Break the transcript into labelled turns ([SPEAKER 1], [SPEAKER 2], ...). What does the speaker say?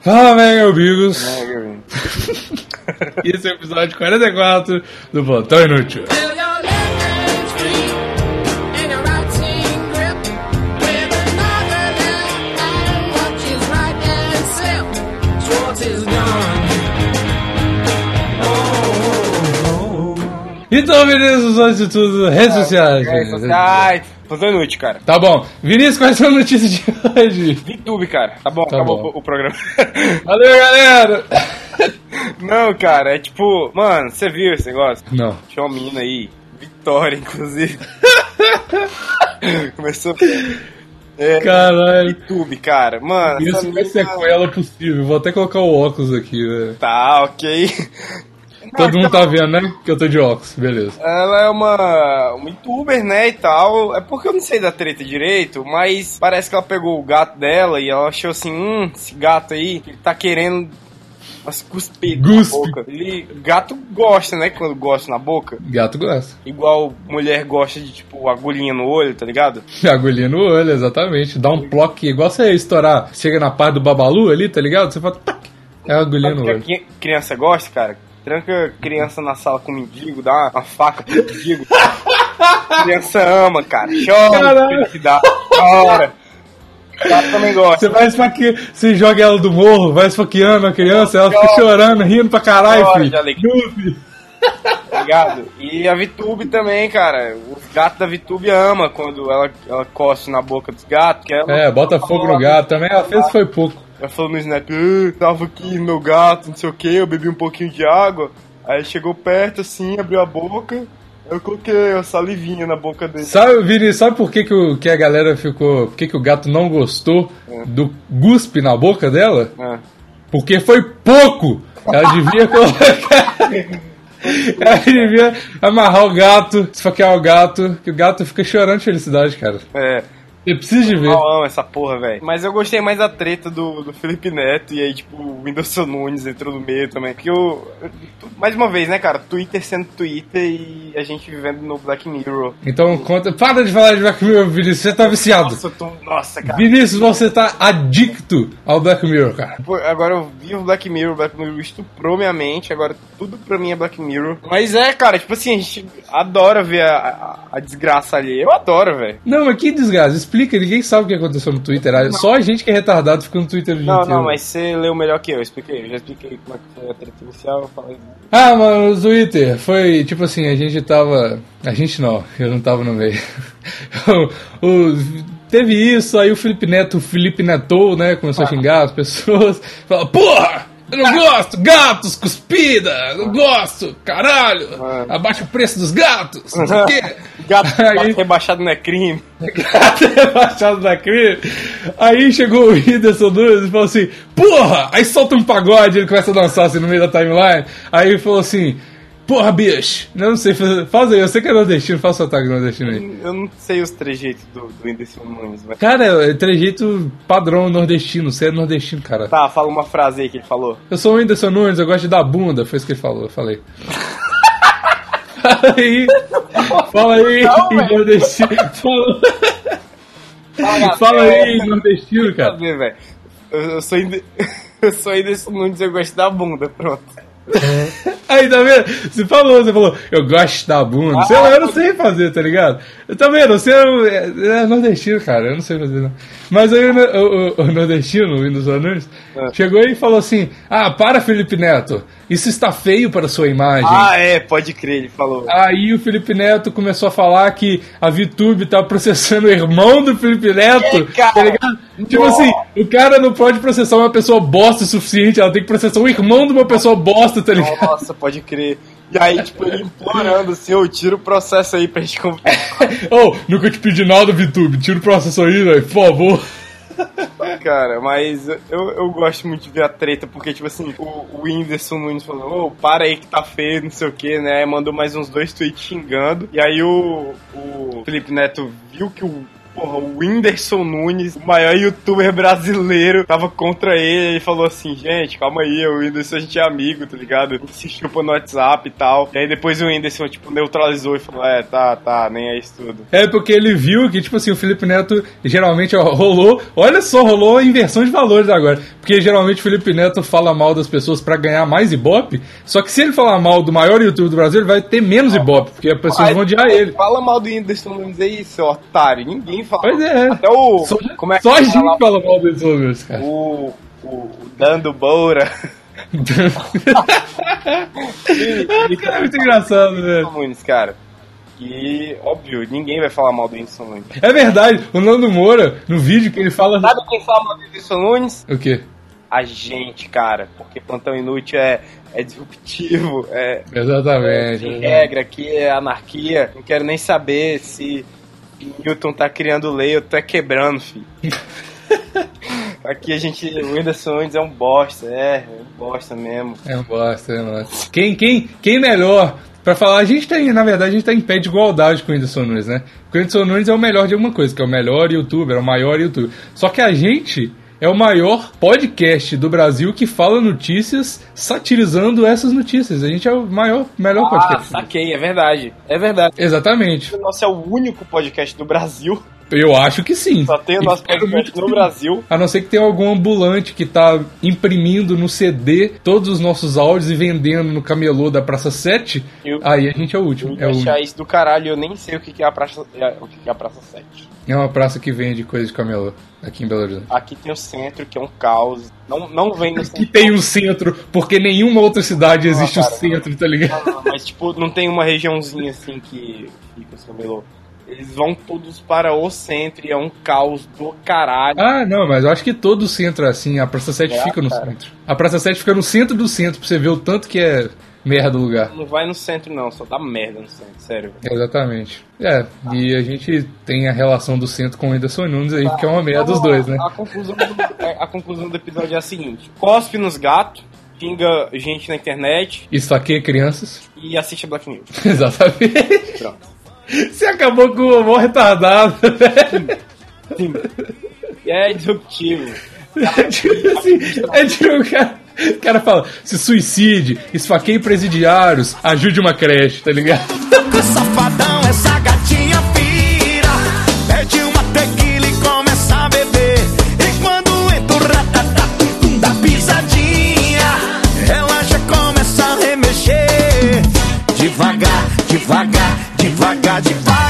[SPEAKER 1] Fala, mega amigos! Esse é o episódio 44 do Plantão Inútil.
[SPEAKER 2] Till your left hand's free and your right hand grip with another left hand watches right hand slip. Schwartz is gone.
[SPEAKER 1] Então, Vinícius, antes de tudo, redes sociais.
[SPEAKER 3] Ah, Redes sociais. Fusão inútil, cara.
[SPEAKER 1] Tá bom. Vinícius, quais são as notícias de hoje?
[SPEAKER 3] YouTube, cara. Tá bom,
[SPEAKER 1] Tá
[SPEAKER 3] acabou
[SPEAKER 1] bom.
[SPEAKER 3] o- o programa.
[SPEAKER 1] Valeu, galera!
[SPEAKER 3] Não, cara, é tipo, mano, você viu esse negócio?
[SPEAKER 1] Não.
[SPEAKER 3] Tinha uma menina aí, Vitória, inclusive. Começou. É,
[SPEAKER 1] Caralho.
[SPEAKER 3] YouTube, cara. Mano, essa
[SPEAKER 1] Isso vai ser
[SPEAKER 3] menina-
[SPEAKER 1] sequela possível. Vou até colocar o óculos aqui, né?
[SPEAKER 3] Tá, ok.
[SPEAKER 1] Todo mundo
[SPEAKER 3] então.
[SPEAKER 1] tá vendo, né? Que eu tô de óculos, beleza.
[SPEAKER 3] Ela é uma, uma youtuber, né, e tal. É porque eu não sei da treta direito, mas parece que ela pegou o gato dela e ela achou assim, hum, esse gato aí, ele tá querendo umas cuspidas na
[SPEAKER 1] Guspe.
[SPEAKER 3] boca. Ele, gato gosta, né, quando gosta na boca.
[SPEAKER 1] Gato gosta.
[SPEAKER 3] Igual mulher gosta de, tipo, agulhinha no olho, tá ligado?
[SPEAKER 1] Agulhinha no olho, exatamente. Dá um ploque, igual você estourar. Chega na parte do babalu ali, tá ligado? Você fala. tac, É a agulhinha
[SPEAKER 3] Sabe
[SPEAKER 1] no
[SPEAKER 3] o que a
[SPEAKER 1] olho.
[SPEAKER 3] cri- criança gosta, cara? Tranca criança na sala com mendigo, dá uma faca pro mendigo. criança ama, cara. Chora,
[SPEAKER 1] Caralho.
[SPEAKER 3] de felicidade, chora. Gato também gosta.
[SPEAKER 1] Você vai esfaque... Você joga ela do morro, vai esfaqueando a criança, ela fica chorando, rindo pra caralho,
[SPEAKER 3] Chora de
[SPEAKER 1] filho.
[SPEAKER 3] alegria.
[SPEAKER 1] Nu, filho.
[SPEAKER 3] tá ligado? E a VTube também, cara. Os gatos da VTube ama quando ela, ela coça na boca dos gatos. Que ela,
[SPEAKER 1] É, bota fogo no gato também. Ela fez foi pouco.
[SPEAKER 3] Ela falou no Snap, "Ah, tava aqui meu gato, não sei o que, eu bebi um pouquinho de água. Aí chegou perto assim, abriu a boca. Eu coloquei a salivinha na boca dele.
[SPEAKER 1] Sabe, Vini, sabe por que, que, o, que a galera ficou. Por que, que o gato não gostou do guspe na boca dela?
[SPEAKER 3] É.
[SPEAKER 1] Porque foi pouco! Ela devia colocar. Ela devia amarrar o gato, esfaquear o gato, que o gato fica chorando de felicidade, cara.
[SPEAKER 3] É,
[SPEAKER 1] Você precisa de ver.
[SPEAKER 3] eu amo essa porra, velho. Mas eu gostei mais da treta do, do Felipe Neto e aí, tipo, o Whindersson Nunes entrou no meio também. Porque eu. Mais uma vez, né, cara? Twitter sendo Twitter e a gente vivendo no Black Mirror.
[SPEAKER 1] Então conta. Para de falar de Black Mirror, Vinícius, você tá viciado.
[SPEAKER 3] Nossa, eu tô. Nossa, cara.
[SPEAKER 1] Vinícius, você tá adicto ao Black Mirror, cara.
[SPEAKER 3] Pô, Agora eu vivo Black Mirror, Black Mirror estuprou minha mente, agora tudo pra mim é Black Mirror. Mas é, cara, tipo assim, a gente adora ver a, a- a desgraça ali. Eu adoro, velho.
[SPEAKER 1] Não, mas que desgraça, explica, ninguém sabe o que aconteceu no Twitter. ah, Só a gente que é retardado fica no Twitter o dia
[SPEAKER 3] Não,
[SPEAKER 1] inteiro.
[SPEAKER 3] não, mas você leu melhor que eu, eu expliquei. Eu já expliquei como é que foi a treta inicial, eu falei.
[SPEAKER 1] Ah, mano, o Twitter foi tipo assim, a gente tava. A gente não, eu não tava no meio. O- o- teve isso, aí o Felipe Neto, o Felipe Netou, né?
[SPEAKER 3] Ah.
[SPEAKER 1] Começou a xingar as pessoas. Fala, porra! Eu não gosto! Gatos, cuspida! Não gosto! Caralho!
[SPEAKER 3] Ah.
[SPEAKER 1] Abaixa o preço dos gatos! Não sei o quê!
[SPEAKER 3] Gato,
[SPEAKER 1] Aí-
[SPEAKER 3] rebaixado não é crime.
[SPEAKER 1] Até baixado da crise. Aí chegou o Whindersson Nunes e falou assim: Porra! Aí solta um pagode, ele começa a dançar assim no meio da timeline. Aí ele falou assim: Porra, bicho! Eu não sei fazer. Faz aí, eu sei que é nordestino, faz o ataque nordestino aí.
[SPEAKER 3] Eu não sei os trejeitos do, do Whindersson Nunes, velho.
[SPEAKER 1] Cara, é trejeito padrão nordestino, você é nordestino, cara.
[SPEAKER 3] Tá, fala uma frase aí que ele falou.
[SPEAKER 1] Eu sou o Whindersson Nunes, eu gosto de dar bunda, foi isso que ele falou, eu falei. Fala aí, fala aí, nordestino. Fala, fala aí, nordestino, cara.
[SPEAKER 3] Cadê, velho? Eu, eu sou Whindersson eu sou Whindersson Nunes, eu gosto da bunda, pronto.
[SPEAKER 1] Aí, tá vendo? Você falou, você falou, eu gosto da bunda. sei lá, eu não sei fazer, tá ligado? Eu tá vendo? Você é, um- é- é nordestino, cara, eu não sei fazer, não. Mas aí o, no- o- o- o nordestino, o Windows Nunes,
[SPEAKER 3] É.
[SPEAKER 1] chegou aí e falou assim: Ah, para, Felipe Neto, isso está feio para a sua imagem.
[SPEAKER 3] Ah, é, pode crer, ele falou.
[SPEAKER 1] Aí o Felipe Neto começou a falar que a VTube tá processando o irmão do Felipe Neto.
[SPEAKER 3] Que, cara?
[SPEAKER 1] Tá ligado? Tipo
[SPEAKER 3] Nossa.
[SPEAKER 1] assim, o cara não pode processar uma pessoa bosta o suficiente, ela tem que processar o irmão de uma pessoa bosta, tá ligado?
[SPEAKER 3] Nossa, pode crer. E aí, tipo, ele implorando assim, eu tiro o processo aí pra gente conversar,
[SPEAKER 1] Ô, nunca te pedi nada, VTube. Tira o processo aí, velho, por favor.
[SPEAKER 3] cara. Mas eu, eu gosto muito de ver a treta, porque, tipo assim, o, o Whindersson Nunes falou, ô, para aí que tá feio, não sei o que, né? Aí mandou mais uns dois tweets xingando. E aí o, o Felipe Neto viu que o Porra, o Whindersson Nunes, o maior youtuber brasileiro, tava contra ele e falou assim: gente, calma aí, o Whindersson a gente é amigo, tá ligado? A gente se chupa no WhatsApp e tal. E aí depois o Whindersson, tipo, neutralizou e falou: é, tá, tá, nem é isso tudo.
[SPEAKER 1] É porque ele viu que, tipo assim, o Felipe Neto geralmente ó, rolou. Olha só, rolou a inversão de valores agora. Porque geralmente o Felipe Neto fala mal das pessoas pra ganhar mais Ibope. Só que se ele falar mal do maior youtuber do Brasil, ele vai ter menos Ibope. Porque as pessoas
[SPEAKER 3] Aí,
[SPEAKER 1] vão odiar ele.
[SPEAKER 3] Fala mal do Whindersson Nunes aí, seu otário. Ninguém fala.
[SPEAKER 1] Pois é.
[SPEAKER 3] Até o.
[SPEAKER 1] Só,
[SPEAKER 3] como é que
[SPEAKER 1] só a
[SPEAKER 3] fala
[SPEAKER 1] gente
[SPEAKER 3] lá?
[SPEAKER 1] fala mal dos youtubers, cara.
[SPEAKER 3] O. O o Dando Boura.
[SPEAKER 1] cara, é muito engraçado, velho.
[SPEAKER 3] Whindersson Nunes, cara. E, óbvio, ninguém vai falar mal do Whindersson Nunes.
[SPEAKER 1] É verdade, o Nando Moura, no vídeo que ele fala.
[SPEAKER 3] Sabe quem fala mal do Whindersson Nunes?
[SPEAKER 1] O quê?
[SPEAKER 3] A gente, cara. Porque plantão inútil é, é disruptivo, é
[SPEAKER 1] Exatamente.
[SPEAKER 3] sem regra, aqui é anarquia. Não quero nem saber se Newton tá criando lei ou tá quebrando, filho. Aqui a gente, o Whindersson Nunes é um bosta, é, é um bosta mesmo.
[SPEAKER 1] É um bosta, é um bosta. Quem, quem, quem melhor pra falar? A gente tá, em- na verdade, a gente tá em pé de igualdade com o Whindersson Nunes, né? Porque o Whindersson Nunes é o melhor de alguma coisa, que é o melhor youtuber, é o maior youtuber. Só que a gente é o maior podcast do Brasil que fala notícias satirizando essas notícias. A gente é o maior, melhor
[SPEAKER 3] Ah,
[SPEAKER 1] podcast.
[SPEAKER 3] saquei, é verdade, é verdade.
[SPEAKER 1] Exatamente.
[SPEAKER 3] O nosso é o único podcast do Brasil,
[SPEAKER 1] Eu acho que sim.
[SPEAKER 3] só tem o
[SPEAKER 1] E
[SPEAKER 3] nosso
[SPEAKER 1] espero muito É
[SPEAKER 3] podcast
[SPEAKER 1] que
[SPEAKER 3] no
[SPEAKER 1] sim.
[SPEAKER 3] Brasil.
[SPEAKER 1] A não ser que tenha algum ambulante que tá imprimindo no CD todos os nossos áudios e vendendo no camelô da Praça 7,
[SPEAKER 3] Eu-
[SPEAKER 1] aí a gente é o último. É,
[SPEAKER 3] Eu
[SPEAKER 1] o
[SPEAKER 3] ia
[SPEAKER 1] único.
[SPEAKER 3] achar isso do caralho, eu nem sei o que que é a Praça, é, o que que é a praça 7.
[SPEAKER 1] é uma praça que vende coisa de camelô aqui em Belo Horizonte.
[SPEAKER 3] Aqui tem o centro, que é um caos. Não, não vem no
[SPEAKER 1] Que
[SPEAKER 3] centro.
[SPEAKER 1] tem um centro, porque nenhuma outra cidade existe o
[SPEAKER 3] cara,
[SPEAKER 1] centro, tá ligado?
[SPEAKER 3] Não, não, mas tipo, não tem uma regiãozinha assim que fica os camelô. Eles vão todos para o centro e é um caos do caralho.
[SPEAKER 1] Ah, não, mas eu acho que todo o centro é assim. A Praça 7
[SPEAKER 3] É,
[SPEAKER 1] fica no
[SPEAKER 3] cara.
[SPEAKER 1] centro. A Praça 7 fica no centro do centro, pra você ver o tanto que é merda o lugar.
[SPEAKER 3] Não vai no centro não, só dá merda no centro, sério. velho.
[SPEAKER 1] Exatamente. É, e a gente tem a relação do centro com o Whindersson Nunes aí, porque é uma merda dos dois, né?
[SPEAKER 3] A conclusão do, é, a conclusão do episódio é a seguinte. Cospe nos gatos, xinga gente na internet
[SPEAKER 1] Esfaqueia é crianças.
[SPEAKER 3] e assiste a Black News.
[SPEAKER 1] Exatamente.
[SPEAKER 3] Pronto.
[SPEAKER 1] Você acabou com o humor retardado, né? velho.
[SPEAKER 3] Sim. É disruptivo.
[SPEAKER 1] tipo assim, é tipo o cara, o cara fala, se suicide, esfaqueie presidiários, ajude uma creche, tá ligado?
[SPEAKER 4] Que safadão, essa gatinha pira. Pede uma tequila e começa a beber. E quando entra o ratatatum da pisadinha, ela já começa a remexer. Devagar, devagar, devagar, devagar.